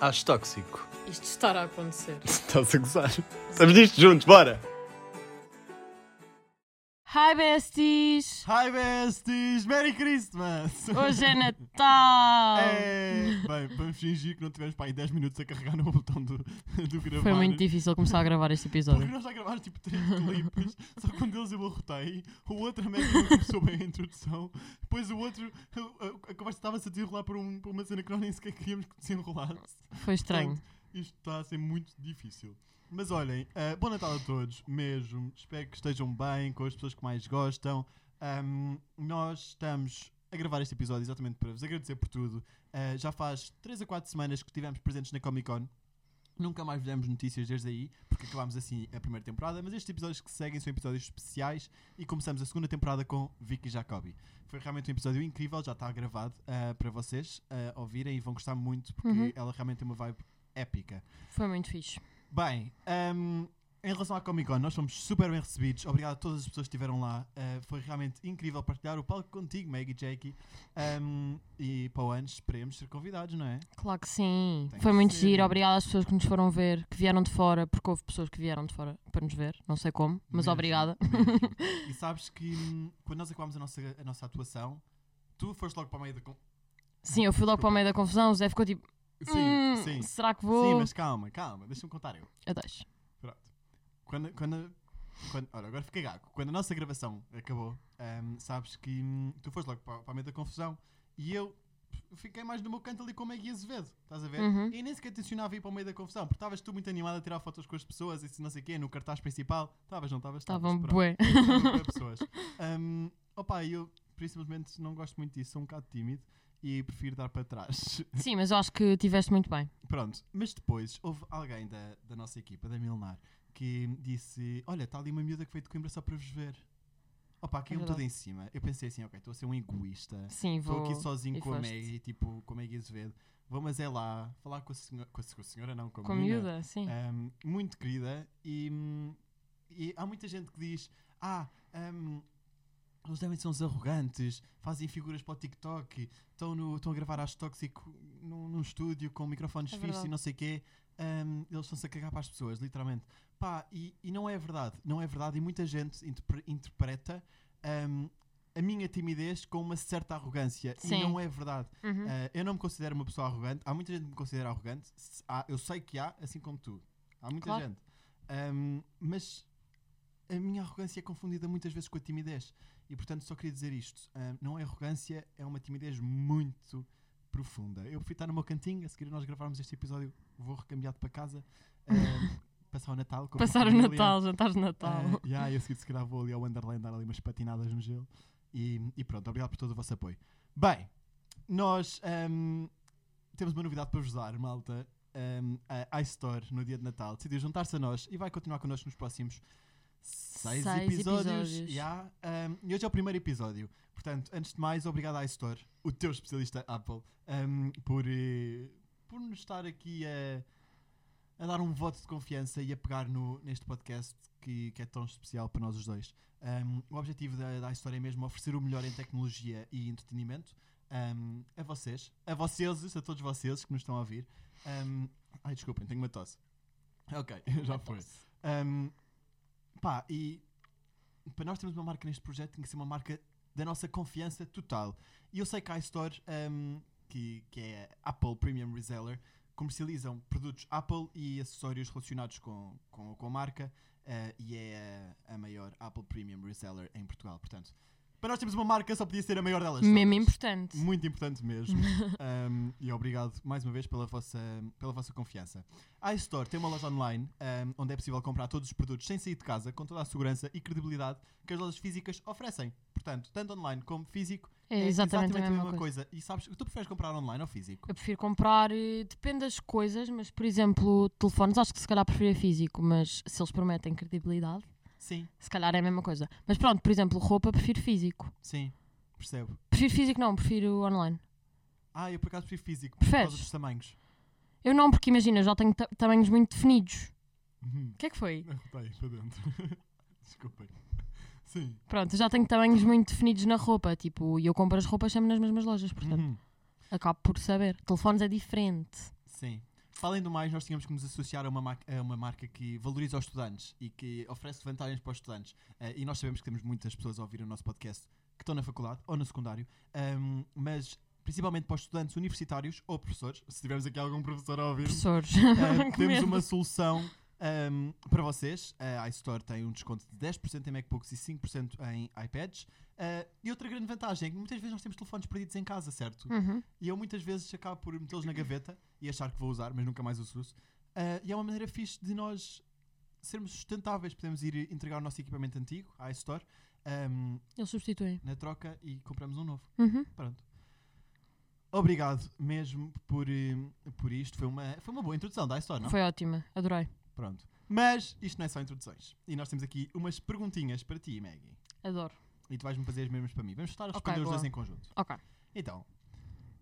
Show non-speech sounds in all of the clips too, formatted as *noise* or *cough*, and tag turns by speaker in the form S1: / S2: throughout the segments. S1: Acho tóxico.
S2: Isto está a acontecer.
S1: Estás a gozar. Estamos nisto juntos, bora!
S2: Hi besties!
S3: Hi besties! Merry Christmas!
S2: Hoje é Natal!
S3: É... Bem, vamos fingir que não tivemos para aí 10 minutos a carregar no *laughs* botão do, do gravar.
S2: Foi muito difícil começar a gravar este
S3: Porque
S2: episódio.
S3: nós já gravámos tipo 3 clipes, só que um deles eu arrotei, o outro a Maggie não começou bem a introdução, depois o outro, a, a- a conversa estava-se a desenrolar para, um, para uma cena que nós nem sequer queríamos que desenrolasse.
S2: Foi estranho.
S3: Isto está a ser muito difícil. Mas olhem, eh, bom Natal a todos, mesmo. Espero que estejam bem, com as pessoas que mais gostam. Ahm, nós estamos a gravar este episódio exatamente para vos agradecer por tudo. Eh, já faz 3 a 4 semanas que estivemos presentes na Comic Con. Nunca mais vos demos notícias desde aí, porque acabámos assim a primeira temporada. Mas estes episódios que seguem são episódios especiais e começamos a segunda temporada com Vicky Jacobi. Foi realmente um episódio incrível, já está gravado eh, para vocês eh, ouvirem e vão gostar muito, porque
S2: Uhum.
S3: ela realmente tem uma vibe épica.
S2: Foi muito fixe.
S3: Bem, ahm, em relação à Comic Con, nós fomos super bem recebidos. Obrigado a todas as pessoas que estiveram lá. Ah, foi realmente incrível partilhar o palco contigo, Maggie Jackie. Ahm, e para o ano esperemos ser convidados, não é?
S2: Claro que sim.
S3: Tem
S2: Foi
S3: que
S2: muito
S3: ser.
S2: giro. Obrigada às pessoas que nos foram ver, que vieram de fora, porque houve pessoas que vieram de fora para nos ver. Não sei como, mas
S3: Mesmo,
S2: obrigada.
S3: mesmo. E sabes que hum, quando nós acabámos a nossa, a nossa atuação, tu foste logo para o meio da. con-
S2: Sim, eu fui logo para o meio da confusão. O Zé ficou tipo:
S3: Sim,
S2: "Hum,
S3: sim.
S2: será que
S3: Sim,
S2: vou?
S3: mas calma, calma, deixa-me contar eu.
S2: Eu deixo.
S3: Pronto. Quando, quando, quando, ora, agora fiquei gago. Quando a nossa gravação acabou, ahm, sabes que hum, tu foste logo para, para a meio da confusão e eu fiquei mais no meu canto ali com o Maggie Azevedo, estás a ver?
S2: Uhum.
S3: E nem sequer tencionava ir para o meio da confusão, porque estavas tu muito animada a tirar fotos com as pessoas e se não sei o quê, no cartaz principal. Estavas, não estavas?
S2: Estavam
S3: Estavas, pronto.
S2: Tá
S3: *laughs*
S2: bué.
S3: Estavam bué pessoas. Ahm, opa, eu principalmente não gosto muito disso, sou um bocado tímido e prefiro dar para trás.
S2: Sim, mas eu acho que tiveste muito bem.
S3: Pronto, mas depois houve alguém da, da nossa equipa, da Milenar, que disse: Olha, está ali uma miúda que veio de Coimbra só para vos ver. Opa, caiu-me
S2: É verdade.
S3: tudo em cima. Eu pensei assim: Ok, estou a ser um egoísta.
S2: Sim,
S3: Estou
S2: vou.
S3: aqui sozinho
S2: e
S3: com
S2: foste.
S3: a Maggie, tipo, com a Maggie Azevedo. Vou, mas é lá, falar com a senhora, com a, com a senhora não, com a
S2: Com a
S3: menina.
S2: miúda, sim.
S3: Um, muito querida e, hum, e há muita gente que diz ah um, eles devem ser uns arrogantes fazem figuras para o TikTok estão, no, estão a gravar acho tóxico num, num estúdio com microfones
S2: É
S3: fixos
S2: verdade.
S3: e não sei o quê Um, eles estão-se a cagar para as pessoas literalmente Pá, e, e não é verdade não é verdade e muita gente interpre- interpreta um, a minha timidez com uma certa arrogância
S2: Sim.
S3: e não é verdade
S2: Uhum.
S3: Uh, eu não me considero uma pessoa arrogante. Há muita gente que me considera arrogante. Se há- eu sei que há, assim como tu. Há muita
S2: Claro.
S3: gente. Um, mas a minha arrogância é confundida muitas vezes com a timidez. E portanto só queria dizer isto. Um, não é arrogância, é uma timidez muito profunda. Eu prefiro estar no meu cantinho. A seguir a nós gravarmos este episódio, vou recambiado para casa.
S2: *laughs*
S3: um, passar o Natal. com a minha
S2: Passar o
S3: família.
S2: Natal, jantar de Natal.
S3: Ah, yeah, e a seguir se calhar vou ali ao Wonderland dar ali umas patinadas no gelo. E, e pronto, obrigado por todo o vosso apoio. Bem, nós hum, ahm, temos uma novidade para vos dar, malta. Ahm, a iStore, no dia de Natal, decidiu juntar-se a nós e vai continuar connosco nos próximos seis,
S2: Seis
S3: episódios.
S2: episódios.
S3: yeah. Ahm, e hoje é o primeiro episódio. Portanto, antes de mais, obrigado à iStore, o teu especialista Apple, ahm, por, eh, por nos estar aqui a, a dar um voto de confiança e a pegar no, neste podcast que, que é tão especial para nós os dois. Um, o objetivo da, da história é mesmo oferecer o melhor em tecnologia e entretenimento um, a vocês, a vocês, a todos vocês que nos estão a ouvir. Um, ai, desculpem, tenho uma tosse. Ok, *laughs* já foi. Um, pá, e para nós termos uma marca neste projeto tem que ser uma marca da nossa confiança total. E eu sei que a iStore, um, que, que é a Apple Premium Reseller, comercializam produtos Apple e acessórios relacionados com, com, com a marca eh, e é a, a maior Apple Premium Reseller em Portugal. Portanto, para nós termos uma marca, só podia ser a maior delas.
S2: Mesmo
S3: todas.
S2: importante.
S3: Muito
S2: *laughs*
S3: importante mesmo. Um, e obrigado mais uma vez pela vossa, pela vossa confiança. A iStore tem uma loja online um, onde é possível comprar todos os produtos sem sair de casa, com toda a segurança e credibilidade que as lojas físicas oferecem. Portanto, tanto online como físico,
S2: É exatamente, a mesma coisa.
S3: E sabes, tu preferes comprar online ou físico?
S2: Eu prefiro comprar, eh, depende das coisas, mas por exemplo, telefones, acho que se calhar preferia físico, mas se eles prometem credibilidade,
S3: Sim,
S2: se calhar é a mesma coisa. Mas pronto, por exemplo, roupa, prefiro físico.
S3: sim, percebo.
S2: Prefiro físico, não, prefiro online.
S3: Ah, eu por acaso prefiro físico, por
S2: Preferes?
S3: causa dos tamanhos. *laughs*
S2: Eu não, porque imagina, eu já tenho ta- tamanhos muito definidos.
S3: Uhum.
S2: O que é que foi?
S3: Arrotei para dentro. *laughs* Desculpem. Sim.
S2: Pronto, eu já tenho tamanhos muito definidos na roupa, tipo, e eu compro as roupas sempre nas mesmas lojas, portanto,
S3: Uhum.
S2: acabo por saber. Telefones é diferente.
S3: Sim. Para além do mais, nós tínhamos que nos associar a uma, mar- a uma marca que valoriza os estudantes e que oferece vantagens para os estudantes. Eh, e nós sabemos que temos muitas pessoas a ouvir o nosso podcast que estão na faculdade ou no secundário, ahm, mas principalmente para os estudantes universitários ou professores, se tivermos aqui algum professor a ouvir,
S2: Professores.
S3: *laughs* eh,
S2: *laughs* Que
S3: temos
S2: medo.
S3: uma solução ahm, para vocês. A iStore tem um desconto de 10% em MacBooks e 5% em iPads. Ah, e outra grande vantagem é que muitas vezes nós temos telefones perdidos em casa, certo?
S2: Uhum.
S3: E eu muitas vezes acabo por metê-los na gaveta e achar que vou usar, mas nunca mais os uso. Ah, e é uma maneira fixe de nós sermos sustentáveis. Podemos ir entregar o nosso equipamento antigo à iStore ahm,
S2: Eles substituem.
S3: na troca e compramos um novo.
S2: Uhum.
S3: Pronto. Obrigado mesmo por, hum, por isto. Foi uma, foi uma boa introdução da iStore, não?
S2: Foi ótima, adorei.
S3: Pronto. Mas isto não é só introduções. E nós temos aqui umas perguntinhas para ti, Maggie.
S2: Adoro.
S3: E tu vais-me fazer as mesmas para mim. Vamos estar a
S2: Ok,
S3: responder os
S2: boa.
S3: dois em conjunto.
S2: Ok.
S3: Então,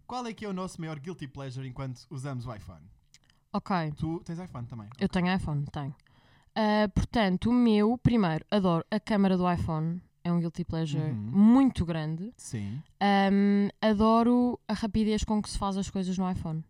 S3: qual é que é o nosso maior guilty pleasure enquanto usamos o iPhone?
S2: Ok.
S3: Tu tens iPhone também.
S2: Eu tenho iPhone, tenho. Ah, portanto, o meu, primeiro, adoro a câmara do iPhone. É um guilty pleasure
S3: Uhum.
S2: muito grande.
S3: Sim.
S2: Ahm, adoro a rapidez com que se faz as coisas no iPhone.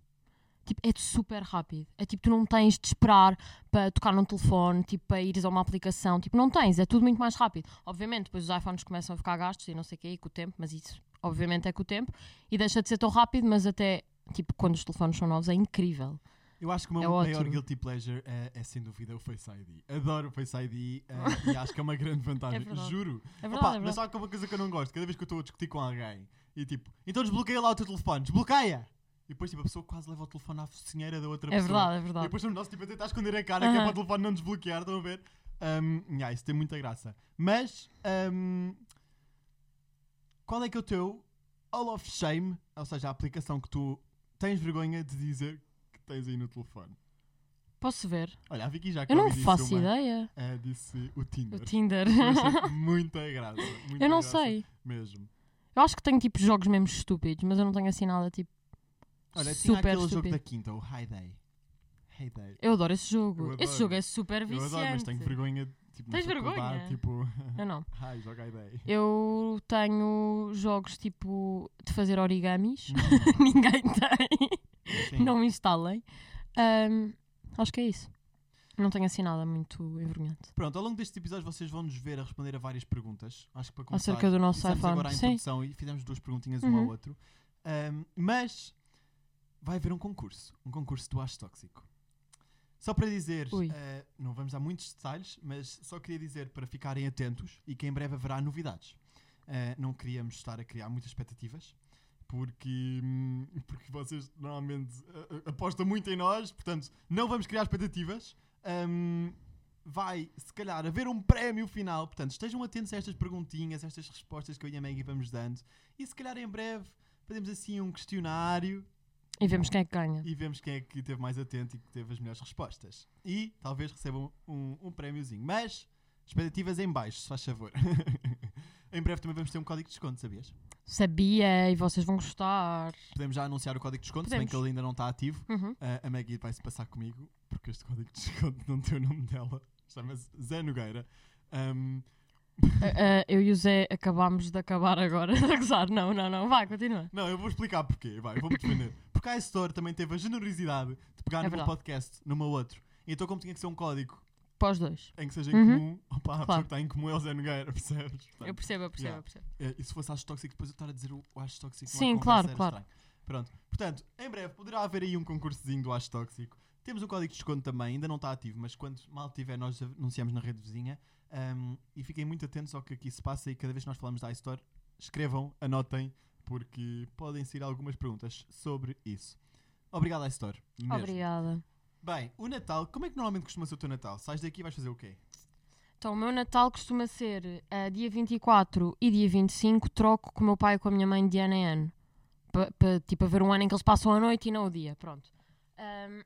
S2: Tipo, é super rápido. É tipo, tu não tens de esperar para tocar num telefone, tipo, para ires a uma aplicação. Tipo, não tens, é tudo muito mais rápido. Obviamente, depois os iPhones começam a ficar gastos e não sei o quê, e com o tempo, mas isso, obviamente, é com o tempo. E deixa de ser tão rápido, mas até, tipo, quando os telefones são novos é incrível.
S3: Eu acho que o meu
S2: É
S3: maior
S2: ótimo.
S3: guilty pleasure é, é, sem dúvida o Face ID. Adoro o Face ID eh, e acho que é uma grande
S2: *laughs*
S3: vantagem.
S2: É verdade.
S3: Juro.
S2: É verdade,
S3: Opa,
S2: é
S3: mas
S2: verdade.
S3: sabe que é uma coisa que eu não gosto? Cada vez que eu estou a discutir com alguém e tipo, então desbloqueia lá o teu telefone, desbloqueia! E depois tipo, a pessoa quase leva o telefone à focinheira da outra
S2: É
S3: pessoa.
S2: verdade, é
S3: E
S2: verdade.
S3: depois estamos nós tipo, a tentar esconder a cara que é
S2: Aham.
S3: para o telefone não desbloquear, estão a ver? Um, yeah, isso tem muita graça. Mas um, qual é que é o teu All of Shame, ou seja, a aplicação que tu tens vergonha de dizer que tens aí no telefone?
S2: Posso ver?
S3: Olha, a Vicky já que
S2: Eu não
S3: disse
S2: faço
S3: uma,
S2: ideia.
S3: eh, disse o Tinder.
S2: O
S3: *laughs*
S2: Tinder. *laughs*
S3: Eu achei muita graça. muita
S2: Eu não
S3: graça
S2: sei.
S3: Mesmo.
S2: Eu acho que tenho tipo jogos mesmo estúpidos, mas eu não tenho assim nada tipo.
S3: Olha, tinha
S2: super
S3: aquele jogo
S2: estúpido.
S3: da quinta, o High Day. High Day.
S2: Eu adoro esse jogo.
S3: Eu
S2: Esse
S3: adoro.
S2: jogo é super
S3: Eu
S2: viciante.
S3: adoro, mas tenho vergonha. Tipo, na
S2: Tens
S3: faculdade,
S2: vergonha?
S3: Tipo, *laughs*
S2: Eu não.
S3: ai, joga
S2: *laughs*
S3: High Day.
S2: Eu tenho jogos tipo de fazer origamis. *laughs*
S3: Hum,
S2: Ninguém tem.
S3: sim.
S2: Não instalem. Ahm, acho que é isso. Não tenho assim nada muito envergonhante.
S3: Pronto, ao longo destes episódios vocês vão nos ver a responder a várias perguntas. Acho que para começar,
S2: Acerca do nosso
S3: fizemos agora
S2: iPhone. Sim.
S3: a introdução e fizemos duas perguntinhas um
S2: Uhum.
S3: ao outro. Ahm, mas vai haver um concurso, um concurso do Acho Tóxico. Só para dizer,
S2: Ui.
S3: ah, não vamos dar muitos detalhes, mas só queria dizer para ficarem atentos e que em breve haverá novidades. Ah, não queríamos estar a criar muitas expectativas, porque, hum, porque vocês normalmente ah, ah, apostam muito em nós, portanto, não vamos criar expectativas. Ahm, vai, se calhar, haver um prémio final. Portanto, estejam atentos a estas perguntinhas, a estas respostas que eu e a Maggie vamos dando. E se calhar em breve fazemos assim um questionário
S2: E vemos quem é que ganha.
S3: e vemos quem é que teve mais atento e que teve as melhores respostas. E talvez recebam um, um prémiozinho. Mas, expectativas em baixo, se faz favor. *laughs* em breve também vamos ter um código de desconto, sabias?
S2: Sabia e vocês vão gostar.
S3: Podemos já anunciar o código de desconto, se bem
S2: Podemos.
S3: que ele ainda não está ativo.
S2: Uhum.
S3: Ah, a Maggie vai se passar comigo, porque este código de desconto não tem o nome dela. Chama-se Zé Nogueira. Ahm,
S2: Ah, ah, eu e o Zé acabámos de acabar agora. *laughs* A gozar. não, não, não. Vai, continua.
S3: Não, eu vou explicar porquê, vai, vou-me defender. Porque a iStore também teve a generosidade de pegar
S2: É
S3: num
S2: verdade.
S3: podcast, numa outro. Então, como tinha que ser um código
S2: Pós dois.
S3: em que seja em
S2: Uhum.
S3: comum, opa, a pessoa
S2: Claro.
S3: que está em comum é o Zé Nogueira, *laughs*
S2: Eu
S3: percebes? Portanto,
S2: percebo, eu percebo,
S3: Yeah.
S2: eu percebo.
S3: eh, e se fosse acho tóxico, depois eu estar a dizer o o acho tóxico. numa
S2: Sim,
S3: conversa
S2: claro,
S3: era
S2: claro.
S3: estranho. Pronto, portanto, em breve poderá haver aí um concursozinho do acho tóxico. Temos um código de desconto também, ainda não está ativo, mas quando mal tiver, nós anunciamos na rede vizinha. Ahm, e fiquem muito atentos ao que aqui se passa e cada vez que nós falamos da iStore, escrevam, anotem, porque podem sair algumas perguntas sobre isso. Obrigado, iStore. mesmo.
S2: Obrigada.
S3: Bem, o Natal, como é que normalmente costuma ser o teu Natal? Sais daqui e vais fazer o quê?
S2: Então, o meu Natal costuma ser ah, dia 24 e dia 25, troco com o meu pai e com a minha mãe de ano em ano. Para tipo, haver um ano em que eles passam a noite e não o dia. Pronto. Ahm,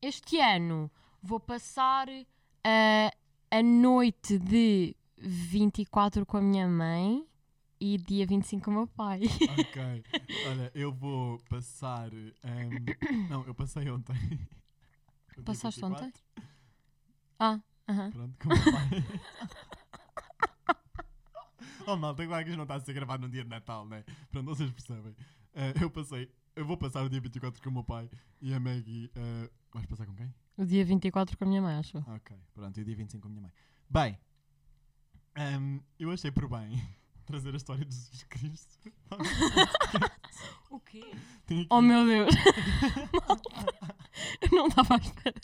S2: este ano vou passar ah, a noite de 24 com a minha mãe e dia 25 com o meu pai. *laughs*
S3: Ok. Olha, eu vou passar. ahm, não, eu passei ontem. No dia
S2: Passaste
S3: 24,
S2: ontem? Ah, aham.
S3: Pronto, com o meu pai. oh, malta, claro que isto não está a ser gravado num dia de Natal, né? Pronto, Eh, vocês percebem. Ah, eu passei. Eu vou passar o dia 24 com o meu pai e a Maggie ah, Vais passar com quem?
S2: O dia 24 com a minha mãe, acho. eu.
S3: Ok, pronto, e o dia 25 com a minha mãe. Bem, ahm, eu achei por bem trazer a história de Jesus Cristo. *laughs*
S2: O quê?
S3: Tenho aqui-
S2: Oh meu Deus! *laughs* eu não estava à espera.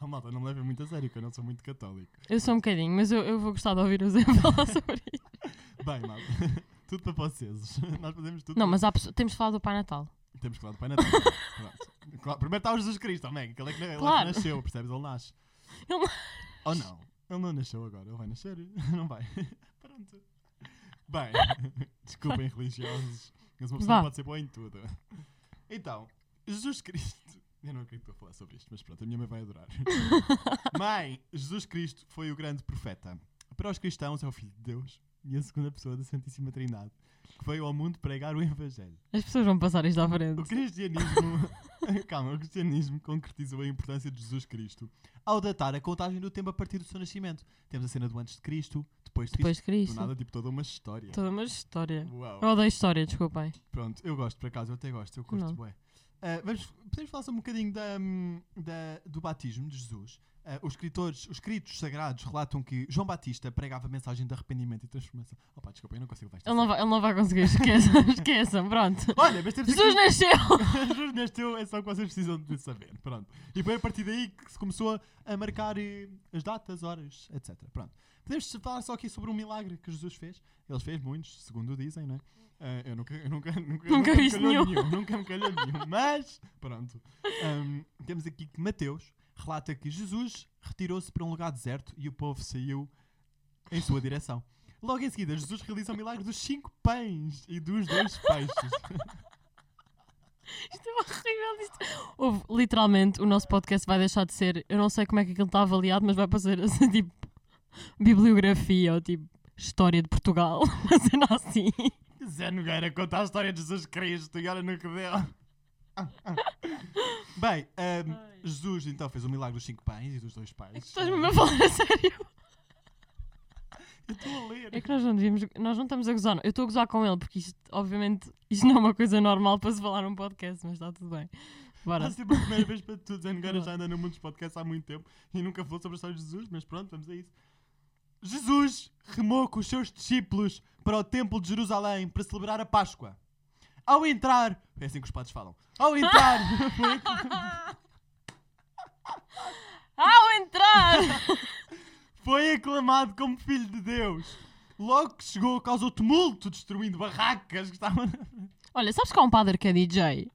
S3: Oh, malta, não me levem muito a sério, que eu não sou muito católico.
S2: Eu sou um bocadinho, mas eu, eu vou gostar de ouvir o Zé falar *laughs* sobre isso.
S3: Bem, malta, *laughs* tudo para vocês. *laughs* Nós fazemos tudo.
S2: Não, mas há pessoas- temos de falar do Pai Natal.
S3: Temos que falar do Pai
S2: *laughs*
S3: Natal. Pronto. Claro, primeiro está o Jesus Cristo, amém. que Ele é que, ele é que
S2: Claro.
S3: nasceu, percebes? Ele nasce.
S2: Ele
S3: Ou não? Ele não nasceu agora. Ele vai nascer? *laughs* Não vai. Pronto.
S2: *laughs*
S3: Bem, desculpem religiosos, mas uma pessoa
S2: Vá.
S3: pode ser boa em tudo. Então, Jesus Cristo. *laughs* Eu não acredito que estou a falar sobre isto, mas pronto, a minha mãe vai
S2: *laughs*
S3: adorar. mãe, Jesus Cristo foi o grande profeta. Para os cristãos é o Filho de Deus e a segunda pessoa da Santíssima Trindade, que veio ao mundo pregar o Evangelho.
S2: As pessoas vão passar isto à
S3: O
S2: frente.
S3: cristianismo. *laughs* Calma, o cristianismo concretizou a importância de Jesus Cristo ao datar a contagem do tempo a partir do seu nascimento. Temos a cena do antes de Cristo, depois de
S2: Depois de
S3: Cristo,
S2: Cristo.
S3: do nada, tipo toda uma história.
S2: Toda uma história.
S3: Uau.
S2: Eu odeio história, desculpem.
S3: Pronto, eu gosto, por acaso, eu até gosto, eu curto,
S2: Não.
S3: bué. Ah, vamos, podemos falar só um bocadinho da, hum, da- do batismo de Jesus. Ah, os, escritores, os escritos sagrados relatam que João Batista pregava a mensagem de arrependimento e transformação. Opa, desculpa, eu não consigo levar isto a
S2: Ele não
S3: sério.
S2: vai, ele não vai conseguir, esqueçam, *laughs* esqueçam, pronto.
S3: Olha, mas temos aqui um
S2: Jesus nasceu! *laughs*
S3: Jesus nasceu, é só o que vocês precisam de saber. Pronto. E foi a partir daí que se começou a- a marcar eh, as datas, horas, etc. Pronto. Podemos falar só aqui sobre um milagre que Jesus fez. Ele fez muitos, segundo dizem, não é? Ah, eu nunca, eu nunca, *laughs* nunca,
S2: Nunca
S3: me
S2: viste
S3: calhou
S2: nenhum.
S3: Nunca me calhou nenhum. Mas, pronto. Ahm, temos aqui que Mateus relata que Jesus retirou-se para um lugar deserto e o povo saiu em sua direção. Logo em seguida, Jesus realiza o milagre dos cinco pães e dos dois peixes.
S2: Isto é horrível. Isto... Houve, literalmente, o nosso podcast vai deixar de ser. Eu não sei como é que aquilo está avaliado, mas vai passar a ser tipo bibliografia ou tipo história de Portugal. *laughs* Mas é não assim.
S3: Zé Nogueira conta a história de Jesus Cristo e olha no
S2: *laughs*
S3: que deu. Bem, ahm,
S2: Ai.
S3: Jesus então fez o milagre dos cinco pães e dos dois
S2: É que
S3: pães.
S2: estás mesmo a falar *laughs* a sério.
S3: Eu estou a ler.
S2: É que nós não devíamos. Nós não estamos a gozar. Eu estou a gozar com ele, porque isto, obviamente, isto não é uma coisa normal para se falar num podcast, mas está tudo bem. *laughs*
S3: Há
S2: Bora.
S3: sempre tipo a primeira vez para tudo. Zé Nogueira já anda no mundo dos podcasts há muito tempo e nunca falou sobre a história de Jesus, mas pronto, vamos a isso. Jesus remou com os seus discípulos para o Templo de Jerusalém para celebrar a Páscoa. Ao entrar. É assim que os padres falam.
S2: *laughs*
S3: Ao entrar.
S2: Ao Ah, entrar!
S3: foi aclamado como filho de Deus. Logo que chegou, causou tumulto, destruindo barracas que estavam.
S2: Olha, sabes que há um padre que é DJ?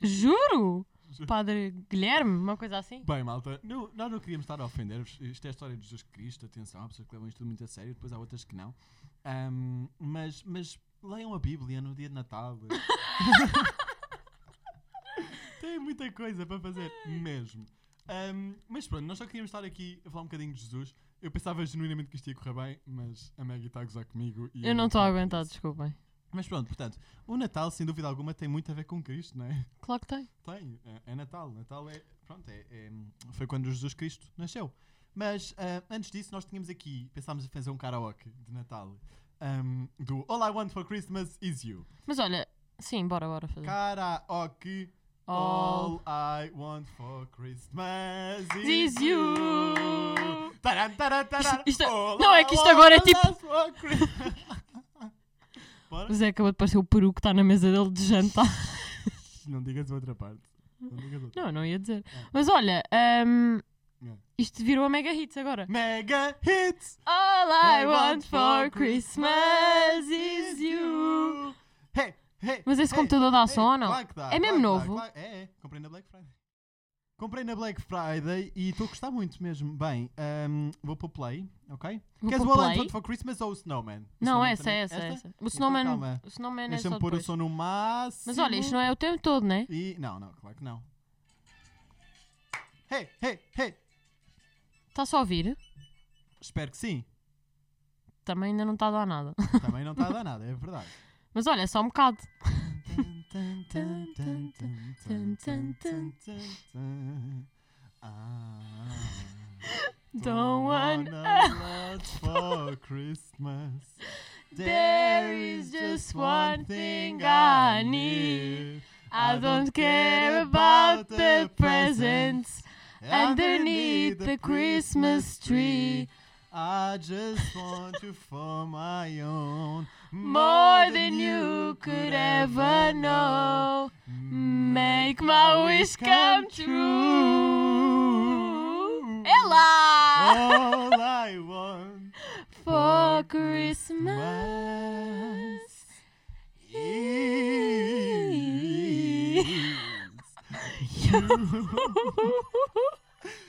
S2: Juro! Padre Guilherme, uma coisa assim?
S3: Bem, malta, não- nós não queríamos estar a ofender-vos. Isto é a história de Jesus Cristo, atenção, há pessoas que levam isto tudo muito a sério, depois há outras que não. Ahm, mas, mas leiam a Bíblia no dia de *laughs* Natal. Tem muita coisa para fazer, mesmo. Ahm, mas pronto, nós só queríamos estar aqui a falar um bocadinho de Jesus. Eu pensava genuinamente que isto ia correr bem, mas a Maggie está a gozar comigo. E
S2: Eu não estou a
S3: quero
S2: aguentar,
S3: isso.
S2: desculpem.
S3: Mas pronto, portanto, o Natal, sem dúvida alguma, tem muito a ver com Cristo, não é? *laughs*
S2: Claro que tem.
S3: Tem, é- é Natal. Natal é, pronto, é, é- foi quando Jesus Cristo nasceu. Mas ah, antes disso, nós tínhamos aqui, pensámos em fazer um karaoke de Natal. ahm, do All I Want For Christmas Is You.
S2: Mas olha, sim, bora, bora fazer.
S3: Karaoke.
S2: All
S3: All I Want For Christmas Is,
S2: Is You.
S3: Taran, taran, taran.
S2: Isto- isto-
S3: All
S2: não, é
S3: I
S2: que isto
S3: want
S2: agora é
S3: for
S2: tipo-
S3: last for Christmas. *laughs* Bora?
S2: O Zé acabou de parecer o peru que está na mesa dele de jantar. *laughs*
S3: Não digas outra parte. Não digas outra.
S2: Não, eu não ia dizer. Mas olha, ahm,
S3: Não.
S2: isto virou a mega hits agora.
S3: Mega hits!
S2: All I want for Christmas is you.
S3: Hey, hey,
S2: Mas esse
S3: hey,
S2: computador dá som ou não?
S3: claro que dá,
S2: É mesmo
S3: claro que
S2: novo?
S3: dá, claro- é, é. Comprei na Black Friday. Comprei na Black Friday e estou a gostar muito mesmo. Bem, ahm, vou para o Play, ok?
S2: Vou
S3: Queres
S2: pôr
S3: o All I
S2: play?
S3: Want for Christmas ou o Snowman? O
S2: Não,
S3: Snowman
S2: essa, Então
S3: também-
S2: essa,
S3: Esta?
S2: essa. O Snowman,
S3: calma.
S2: o snowman é só
S3: Deixa-me pôr o
S2: depois.
S3: som no máximo.
S2: Mas olha, isto não é o tempo todo, né?
S3: E... Não, não, claro que não. Hey, hey, hey!
S2: Está-se Tá a ouvir?
S3: Espero que sim.
S2: Também ainda não está a dar nada. *laughs*
S3: Também não está a dar nada, é verdade.
S2: Mas olha, é só um bocado. Don't want
S3: a lot for Christmas. There is just one thing I need.
S2: I don't care about the presents underneath the Christmas tree.
S3: I just want you for my own.
S2: *laughs* More than you could ever know. Make my wish come true. Ela!
S3: All I want
S2: For Christmas.
S3: is you.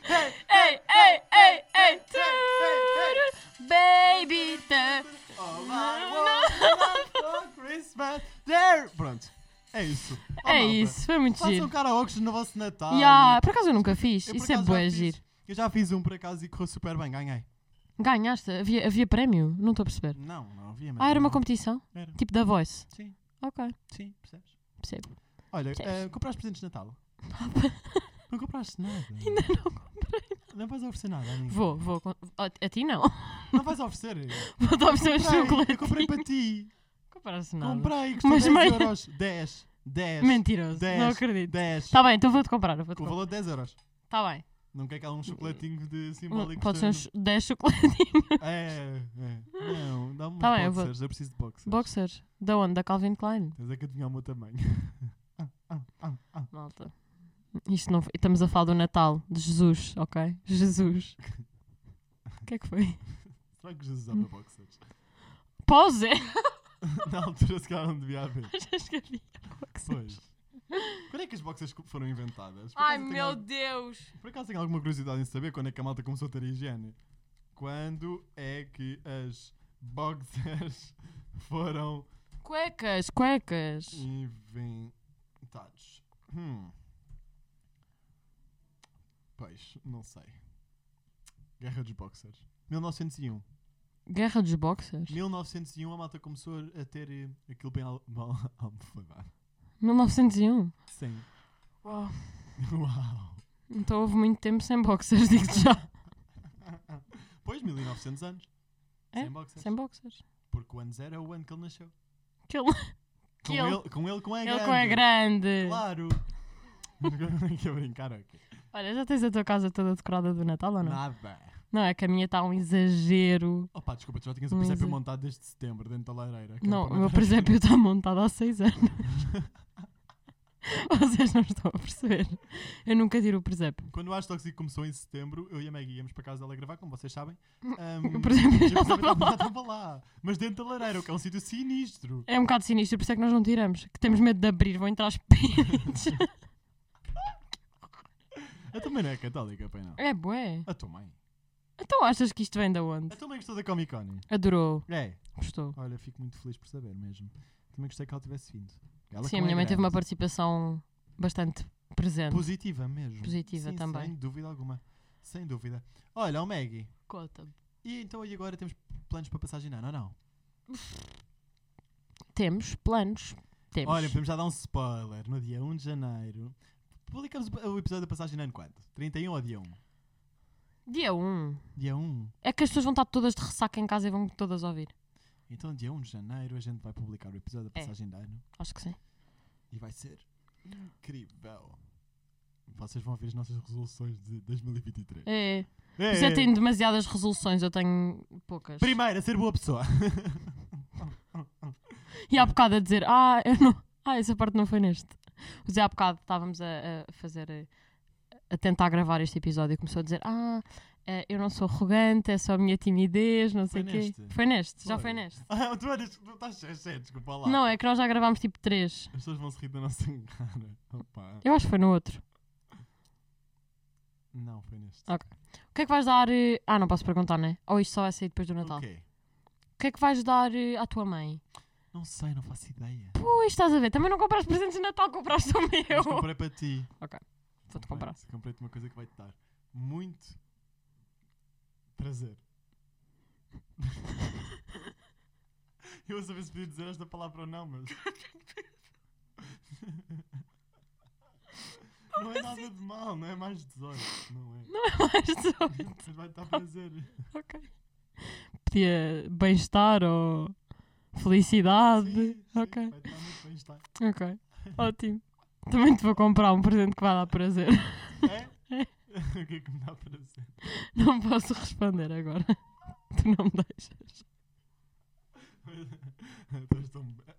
S2: Hey, hey, hey, hey, tudo. Baby, tudo.
S3: All I want for Christmas. There. Pronto. É isso. Ó,
S2: É
S3: malta,
S2: isso, foi muito
S3: Façam
S2: giro.
S3: karaokes no vosso Natal.
S2: Ya, por acaso eu nunca fiz.
S3: Eu, por
S2: Isso é
S3: acaso, já
S2: bué
S3: fiz.
S2: giro.
S3: Eu já fiz um por acaso e correu super bem. Ganhei.
S2: Ganhaste? Havia, havia prémio? Não estou a perceber.
S3: Não, não havia mesmo.
S2: Ah, era uma competição?
S3: Era.
S2: Tipo da Voice?
S3: Sim,
S2: Ok,
S3: sim, percebes?
S2: percebo.
S3: Olha,
S2: Percebes.
S3: eh, compraste presentes
S2: *laughs*
S3: de Natal? Não compraste nada.
S2: Ainda não comprei.
S3: Não vais oferecer nada a ninguém.
S2: Vou, vou. con- A, a ti não. *laughs*
S3: Não vais oferecer.
S2: Vou dar oferecer um
S3: Comprei, eu
S2: chocolate.
S3: comprei para ti.
S2: Comparaste nada.
S3: Comprei, custou
S2: Mas
S3: 10
S2: meia-
S3: euros. 10. 10.
S2: Mentiroso.
S3: 10.
S2: Não acredito.
S3: 10.
S2: Tá bem, então vou-te comprar. Vou -te
S3: Com o valor de 10 euros.
S2: Tá bem.
S3: Não quer que há um chocolatinho de
S2: Um-
S3: simbólico.
S2: Pode ser
S3: de-
S2: uns 10 chocolatinhos.
S3: É, é. Não, dá-me
S2: Tá
S3: tá
S2: bem, eu vou-
S3: boxers. Eu, preciso de boxers.
S2: Boxers. Da onde? Da Calvin Klein.
S3: Tens é que adivinhar o meu tamanho. *laughs* Ah, ah, ah, ah.
S2: Malta. Isto não... Estamos a falar do Natal. De Jesus, ok? Jesus. O que é que foi?
S3: Será que Jesus usava
S2: *laughs*
S3: boxers?
S2: Pause! *laughs*
S3: Na altura se calhar não devia haver.
S2: Achas é que havia boxers?
S3: Pois. Quando é que as boxers co- foram inventadas? Por
S2: Ai
S3: acaso eu tenho um-
S2: meu
S3: al-
S2: Deus!
S3: Por acaso tenho alguma curiosidade em saber quando é que a malta começou a ter higiene? Quando é que as boxers *laughs* foram
S2: Cuecas, cuecas.
S3: Hum. inventados? Hum. Pois, não sei. Guerra dos boxers. 1901.
S2: Guerra dos boxers?
S3: 1901 a malta começou a ter eh, aquilo bem al- mal *laughs* almofadado.
S2: 1901.
S3: Sim.
S2: Uau.
S3: Uau!
S2: Então houve muito tempo sem boxers, *laughs* digo
S3: *laughs*
S2: já.
S3: Pois, 1900 anos.
S2: É?
S3: Sem boxers.
S2: sem boxers.
S3: Porque o ano zero é o ano que ele nasceu.
S2: Que ele,
S3: Com
S2: Que ele-
S3: ele, com ele, com é
S2: ele
S3: grande.
S2: com é grande.
S3: Claro! *laughs* que a brincar, ok.
S2: Olha, já tens a tua casa toda decorada do Natal ou não?
S3: Nada!
S2: Não, é que a minha está um exagero.
S3: Opa, desculpa, tu já tinhas o
S2: Mas
S3: presépio
S2: é-
S3: montado desde setembro dentro da lareira. que era
S2: Não,
S3: para
S2: o meu
S3: matar- *laughs*
S2: presépio está montado há seis anos. *laughs* Vocês não estão a perceber. Eu nunca tiro o presépio.
S3: Quando o Ash Toxic começou em setembro, eu e a Maggie íamos para casa dela gravar, como vocês sabem.
S2: *laughs* O
S3: Ahm,
S2: presépio
S3: e
S2: já
S3: o presépio
S2: estava lá.
S3: estava lá. Mas dentro da lareira, o que é um sítio sinistro.
S2: É um bocado sinistro, por isso é que nós não tiramos. Que temos medo de abrir, vão entrar os *laughs* espíritos.
S3: A tua mãe não é católica, pai não.
S2: é bué.
S3: A tua mãe.
S2: Então achas que isto vem de onde?
S3: A tua mãe gostou da Comic Con.
S2: Adorou,
S3: É.
S2: gostou.
S3: Olha, fico muito feliz por saber mesmo. Também gostei que ela tivesse vindo. Ela
S2: Sim, a
S3: como é
S2: minha mãe teve
S3: grande.
S2: uma participação bastante presente.
S3: Positiva mesmo.
S2: Positiva
S3: Sim,
S2: também.
S3: Sem dúvida alguma. Sem dúvida. Olha, o Maggie.
S2: Conta-me.
S3: E então e agora temos planos para passagem não, não, não.
S2: Temos planos. Temos.
S3: Olha, podemos já dar um spoiler. No dia 1 de janeiro. Publicamos o o episódio da passagem não quando? 31 ou dia 1?
S2: Dia 1.
S3: Dia 1.
S2: É que as pessoas vão estar todas de ressaca em casa e vão todas ouvir.
S3: Então dia 1 de janeiro a gente vai publicar o episódio da
S2: É.
S3: passagem de ano.
S2: Acho que sim.
S3: E vai ser incrível. Vocês vão ver as nossas resoluções de 2023.
S2: É.
S3: É,
S2: Já
S3: é.
S2: tenho demasiadas resoluções, eu tenho poucas.
S3: Primeiro, a ser boa pessoa. *laughs*
S2: E há bocado a dizer, ah, eu não... ah, essa parte não foi neste. O Zé há bocado estávamos a, a fazer, a, a tentar gravar este episódio e começou a dizer, ah, eh, eu não sou arrogante, é só a minha timidez, não sei o
S3: Foi
S2: quê.
S3: neste?
S2: Foi neste, já foi
S3: Foi.
S2: neste.
S3: Ah, tu eras. Tu estás a sério, desculpa lá.
S2: Não, é que nós já gravámos tipo três.
S3: As pessoas vão se rir da nossa *laughs* cara. Opa.
S2: Eu acho que foi no outro.
S3: Não, foi neste.
S2: Ah, O que é que vais dar? eh, Ah, não posso perguntar, né? Ou isto só vai sair depois do Natal.
S3: Ok.
S2: O que é que vais dar eh, à tua mãe?
S3: Não sei, não faço ideia.
S2: Pois, estás a ver, também não compraste presentes de Natal, compraste o
S3: Mas
S2: *laughs* meu.
S3: comprei para ti.
S2: Vou-te comprar.
S3: Comprei- Comprei-te uma coisa que vai-te dar muito
S2: *laughs*
S3: prazer. Eu não sabia se podia dizer esta palavra ou
S2: *laughs*
S3: não, mas. Não é nada de mal, não é mais de 18. Não é.
S2: assim? Não é mais só.
S3: Mas vai-te dar prazer.
S2: *laughs* Ok. Podia bem-estar ou felicidade.
S3: Sim, sim,
S2: ok. *laughs*
S3: Vai-te dar muito bem-estar.
S2: Ok. Ótimo. Também te vou comprar um presente que vai dar prazer. *laughs*
S3: É? *laughs* o que é que me dá para *laughs* dizer?
S2: Não posso responder agora. *laughs* Tu não me deixas.
S3: Estás tão bem. *laughs*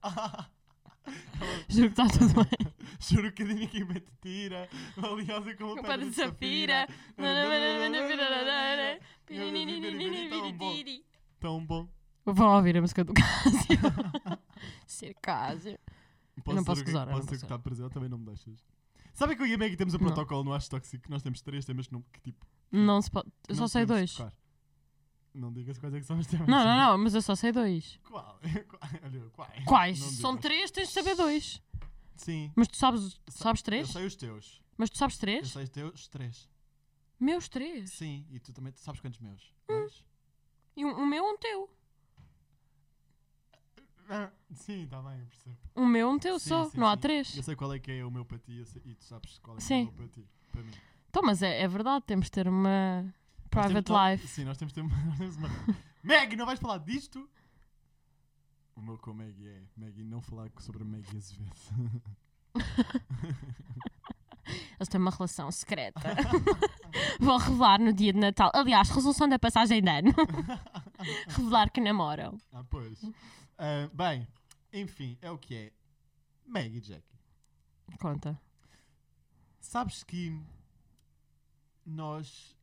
S3: Ah!
S2: Juro que está tudo bem.
S3: *laughs* Juro que a dinâmica em mete tira, valiosa como
S2: Culpa
S3: pedra
S2: de
S3: de
S2: Safira.
S3: Tão bom.
S2: Vão ouvir a música do Cásio.
S3: *laughs*
S2: Ser Cásio. não posso
S3: ser o que-
S2: gozar, eu não
S3: Posso ser
S2: posso
S3: o que está presente, também não me deixas. Sabem que eu e a Maggie temos um
S2: Não.
S3: protocolo no Acho Tóxico, nós temos três temas que, não, que tipo.
S2: Não se pode. Eu só
S3: não
S2: sei
S3: podemos
S2: dois.
S3: tocar. Não digas quais é que são os temas.
S2: Não, não, não, mas eu só sei dois.
S3: Qual? *laughs* Olha, quais?
S2: Quais?
S3: Não
S2: São
S3: digas.
S2: três, tens de saber dois.
S3: Sim.
S2: Mas tu sabes, tu sabes
S3: Eu
S2: três?
S3: sei os teus.
S2: Mas tu sabes
S3: Eu
S2: três?
S3: sei os teus três.
S2: Meus três.
S3: Sim, e tu também tu sabes quantos meus?
S2: Hum?
S3: Dois?
S2: E um, um meu, um teu.
S3: Ah, Sim, está bem, eu percebo.
S2: Um meu, um teu
S3: Sim,
S2: só.
S3: sim,
S2: não há
S3: sim.
S2: três.
S3: Eu sei qual é que é o meu para ti eu sei- e tu sabes qual é que é
S2: Sim.
S3: o meu para ti. Para mim. Nós
S2: Então, mas é, é verdade, temos de ter uma
S3: temos
S2: private
S3: tal-
S2: life.
S3: Sim, nós temos, *laughs* de ter uma- nós temos uma. Maggie, não vais falar disto? O meu com a Maggie é. Maggie, não falar sobre a Maggie às vezes. *laughs*
S2: Eles têm uma relação secreta. *laughs* Vão revelar no dia de Natal. Aliás, resolução da passagem de ano. *laughs* revelar que namoram.
S3: Ah, pois. Ah, bem, enfim, é o que é. Maggie Jackie.
S2: Conta.
S3: Sabes que nós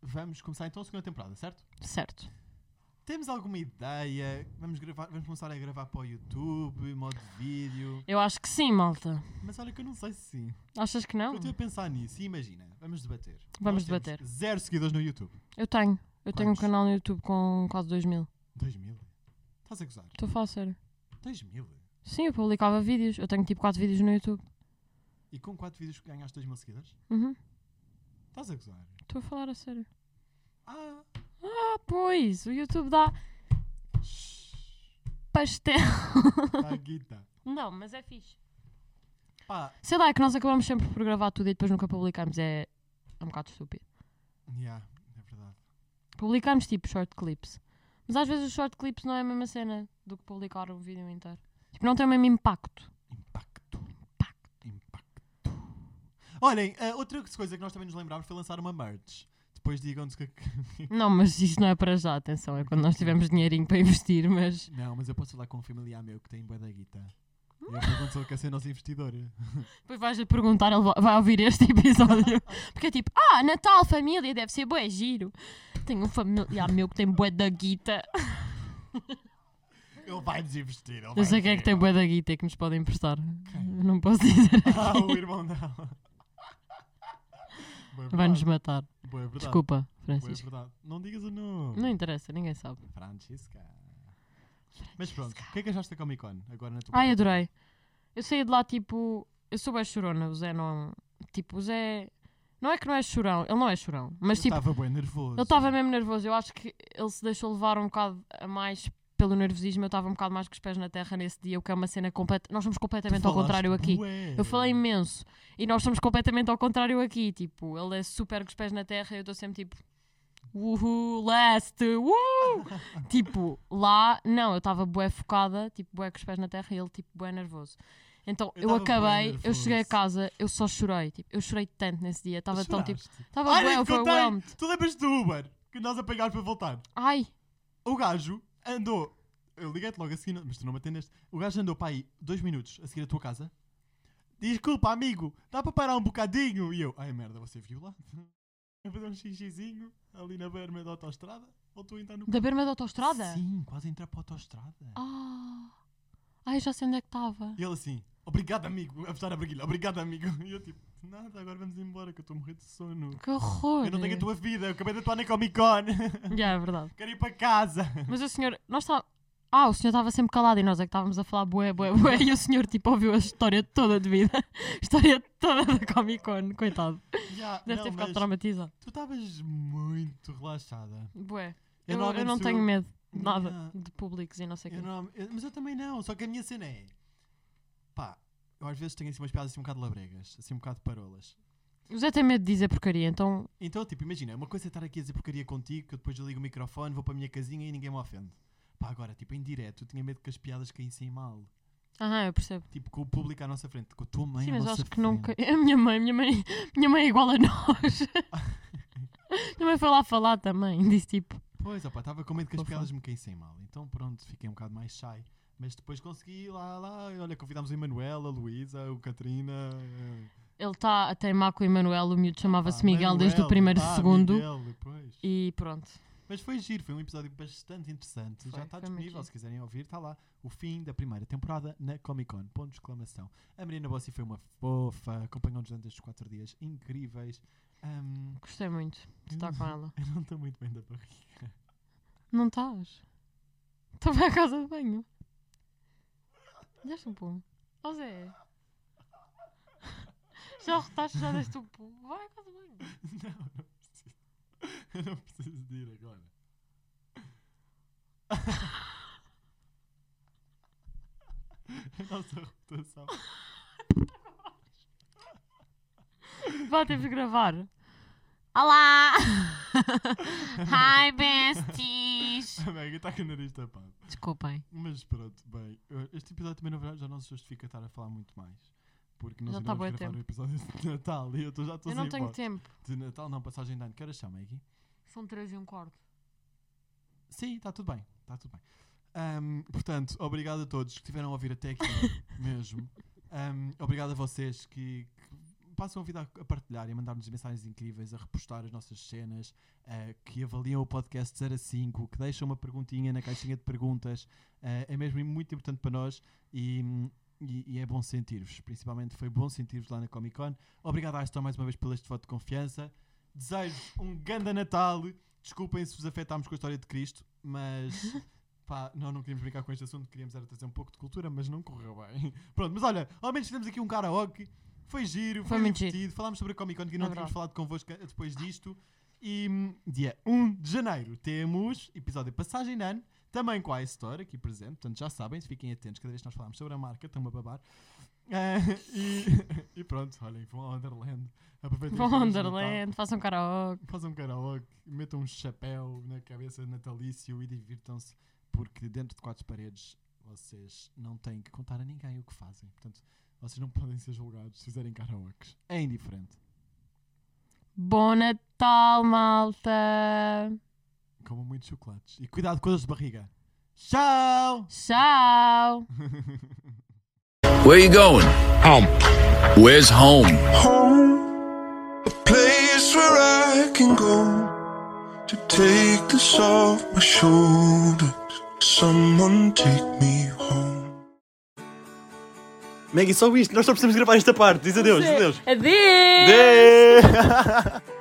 S3: vamos começar então a segunda temporada, certo?
S2: Certo.
S3: Temos alguma ideia? Vamos, gravar, vamos começar a gravar para o YouTube, modo vídeo.
S2: Eu acho que sim, malta.
S3: Mas olha que eu não sei se sim.
S2: Achas que não?
S3: Eu estive a pensar nisso e imagina, vamos debater.
S2: Vamos
S3: Nós temos
S2: debater.
S3: Zero seguidores no YouTube.
S2: Eu tenho. Eu tenho um
S3: Quantos?
S2: canal no YouTube com quase 2 mil.
S3: 2 mil? Estás a gozar?
S2: Estou a falar sério.
S3: 2 mil?
S2: Sim, eu publicava vídeos. Eu tenho tipo 4 vídeos no YouTube.
S3: E com 4 vídeos que ganhaste 2 mil seguidores?
S2: Uhum.
S3: Estás a gozar?
S2: Estou a falar a sério.
S3: Ah!
S2: Ah, pois. O YouTube dá pastel.
S3: Está
S2: *laughs*
S3: tá guita.
S2: Não, mas é fixe.
S3: Pá,
S2: Sei lá, é que nós acabamos sempre por gravar tudo e depois nunca publicamos. É, é um bocado estúpido.
S3: yeah, é verdade.
S2: Publicamos tipo short clips. Mas às vezes os short clips não é a mesma cena do que publicar um vídeo inteiro. Tipo, não tem o mesmo impacto.
S3: Impacto. *laughs* Impacto. Impacto. Olhem, ah, outra coisa que nós também nos lembrámos foi lançar uma merch. Depois digam-nos que. que-
S2: Não, mas isso não é para já, atenção. É quando nós tivermos dinheirinho para investir, mas.
S3: não, mas eu posso falar com um familiar meu que tem bué da guita. E é eu pergunto se ele quer ser nosso investidor.
S2: Depois vais a perguntar, ele vai- vai ouvir este *laughs* episódio. Porque é tipo, ah, Natal, família, deve ser bué giro. Tenho um familiar meu que tem bué da guita.
S3: Ele vai desinvestir. Ele
S2: Eu sei quem é que tem é bué da guita e que nos pode emprestar. Eu não posso
S3: *laughs*
S2: dizer.
S3: Ah,
S2: *laughs*
S3: o irmão dela. Boa, é
S2: Vai-nos
S3: verdade.
S2: matar.
S3: Boa, é verdade.
S2: Desculpa,
S3: Boa, é
S2: Francisco.
S3: verdade. Não digas o nome.
S2: Não interessa, ninguém sabe.
S3: Francisca. Mas pronto, o que é que achaste da Comic Con? Agora na tua
S2: Ai, adorei. Eu saí de lá tipo. Eu sou bem chorona, o Zé não. Tipo, o Zé. Não é que não é chorão, ele não é chorão, mas
S3: Eu
S2: tipo,
S3: estava bem nervoso.
S2: ele estava mesmo nervoso. Eu acho que ele se deixou levar um bocado a mais pelo nervosismo. Eu estava um bocado mais com os pés na terra nesse dia, o que é uma cena completa. Nós somos
S3: Tu
S2: completamente ao
S3: falaste
S2: contrário aqui.
S3: bué.
S2: Eu falei imenso e nós somos completamente ao contrário aqui. Tipo, ele é super com os pés na terra e eu estou sempre tipo. Uhul, last!
S3: *laughs*
S2: Uhul! tipo, lá, não, eu estava bué focada, tipo, bué com os pés na terra e ele, tipo, bué nervoso. Então,
S3: Eu
S2: eu,
S3: tava bué
S2: acabei, eu
S3: nervoso.
S2: cheguei a casa, eu só chorei, tipo, eu chorei tanto nesse dia, estava tão tipo,
S3: Choraste?
S2: estava
S3: Ai,
S2: bué
S3: nem te contei!
S2: overwhelmed.
S3: Tu lembras do Uber que nós apagámos para voltar?
S2: Ai,
S3: O gajo andou. Eu liguei-te logo a seguir, mas tu não me atendeste. O gajo andou para aí dois minutos a seguir a tua casa. Desculpa, amigo, dá para parar um bocadinho? E eu, ai merda, você viu lá? *laughs* Eu fazer um xixizinho ali na berma da autostrada? Ou tu entrar no.
S2: da berma da autostrada?
S3: Sim, quase a entrar para a autostrada.
S2: Ah, ai, já sei onde é que estava.
S3: E ele assim, obrigado, amigo, a fechar a braguilha, obrigado, amigo. *laughs* E eu tipo, nada, agora vamos embora que eu estou a morrer de sono.
S2: Que horror!
S3: Eu não tenho a tua vida, eu acabei de atuar na Comic Con. *laughs*
S2: Já, é verdade.
S3: Quero ir para casa. *laughs*
S2: Mas o senhor, nós está Ah, o senhor estava sempre calado e nós é que estávamos a falar bué, bué, bué. E o senhor, tipo, ouviu a história toda de vida. *laughs* A história toda da Comic Con, coitado.
S3: Já,
S2: Deve
S3: não,
S2: ter ficado
S3: mas
S2: traumatizado.
S3: Tu estavas muito relaxada.
S2: Bué. Eu, eu
S3: normalmente
S2: não
S3: sou-
S2: tenho medo de nada
S3: Yeah.
S2: de públicos e não sei o
S3: Eu
S2: quê.
S3: não- eu- mas eu também não, só que a minha cena é. Pá, eu às vezes tenho assim umas piadas assim um bocado labregas, assim um bocado parolas.
S2: O Zé tem medo de dizer porcaria, então.
S3: Então, tipo, imagina, uma coisa é estar aqui a dizer porcaria contigo, que eu depois ligo o microfone, vou para a minha casinha e ninguém me ofende. Pá, agora, tipo, em direto, eu tinha medo que as piadas caíssem mal.
S2: Aham, eu percebo.
S3: Tipo, com o público à nossa frente, com a tua mãe é
S2: Sim,
S3: à
S2: mas eu acho
S3: nossa frente.
S2: que nunca. A *laughs* minha mãe, minha mãe, minha mãe é igual a
S3: *laughs*
S2: nós. minha mãe foi lá falar também. Disse tipo,
S3: Pois, opá, estava com medo que as
S2: Fofa.
S3: piadas me caíssem mal. Então, pronto, fiquei um bocado mais shy. Mas depois consegui ir lá, lá. e Olha, convidámos o Emanuel, a Luísa, o Catarina. eh,
S2: ele está a teimar com o Emanuel, o miúdo chamava-se
S3: pá,
S2: Miguel desde o
S3: Manuel,
S2: primeiro
S3: ah,
S2: segundo.
S3: Miguel, pois.
S2: E pronto.
S3: Mas foi giro, foi um episódio bastante interessante.
S2: Foi,
S3: Já está
S2: foi muito
S3: disponível,
S2: giro.
S3: se quiserem ouvir, está lá. O fim da primeira temporada na Comic Con. Ponto de exclamação. A Marina Bossi foi uma fofa, acompanhou-nos durante estes quatro dias incríveis. Ahm, *laughs*
S2: Gostei muito de estar com ela.
S3: eu não estou muito bem da barriga. *laughs*
S2: Não estás? Estava à casa de banho. Deste um pulo. Ó Zé. *laughs* Já rotaste, já deste um pulo. Vai à casa de banho.
S3: Não, eu não preciso. Eu não preciso de ir agora. *laughs* A nossa rotação.
S2: Vá, temos de gravar. Olá! Hi, besties!
S3: A Mega está com o nariz tapado.
S2: Desculpem.
S3: Mas pronto, bem, eu- este episódio também na verdade já não se justifica estar a falar muito mais. Porque nós
S2: Já tá
S3: iremos
S2: bué
S3: gravar
S2: tempo.
S3: o episódio de *laughs* Natal e eu tô, já estou
S2: Eu
S3: sem
S2: não tenho
S3: voz.
S2: tempo.
S3: De Natal não, passagem de ano. Que horas são, Maggie?
S2: São três e um quarto.
S3: Sim, está tudo bem, está tudo bem. Ahm, portanto, obrigado a todos que estiveram a ouvir até
S2: *laughs*
S3: aqui mesmo. Ahm, obrigado a vocês que, que passam a vida a, a partilhar e a mandar-nos mensagens incríveis, a repostar as nossas cenas, ah, que avaliam o podcast de 0 a 5, que deixam uma perguntinha na caixinha de perguntas. Ah, é mesmo muito importante para nós e, hum, e- e é bom sentir-vos. Principalmente foi bom sentir-vos lá na Comic Con. Obrigado à Aston mais uma vez pelo este voto de confiança. Desejo-vos um grande Natal. Desculpem se vos afetámos com a história de Cristo, mas *laughs* pá, nós não queríamos brincar com este assunto, queríamos era trazer um pouco de cultura, mas não correu bem. *laughs* Pronto, mas olha, ao menos fizemos aqui um karaoke, foi giro, foi,
S2: Foi muito
S3: divertido, falámos sobre a Comic Con que não
S2: É
S3: tínhamos
S2: verdade.
S3: falado convosco depois disto. E hum, dia 1 de janeiro temos episódio de passagem de ano, também com a iStore aqui presente, portanto já sabem, fiquem atentos, cada vez que nós falamos sobre a marca, estão a babar. Ah, *laughs* e, e pronto, olhem, vão ao Underland. Aproveitem
S2: Vão
S3: as
S2: ao
S3: férias de Natal.
S2: Underland, façam karaoke.
S3: Façam um karaoke, metam um chapéu na cabeça de natalício e divirtam-se, porque dentro de quatro paredes vocês não têm que contar a ninguém o que fazem. Portanto, vocês não podem ser julgados se fizerem karaokes. É indiferente.
S2: Bom Natal, malta!
S3: Comam muitos chocolates. E cuidado com as de barriga. Tchau!
S2: Tchau!
S4: Where you going? Home. Where's home?
S5: home, a place where I can go to take this off my shoulders. Someone take me home.
S1: Maggie, só isto. Nós só precisamos gravar esta parte. Diz adeus, diz adeus.
S2: Adeus!
S1: Adeus.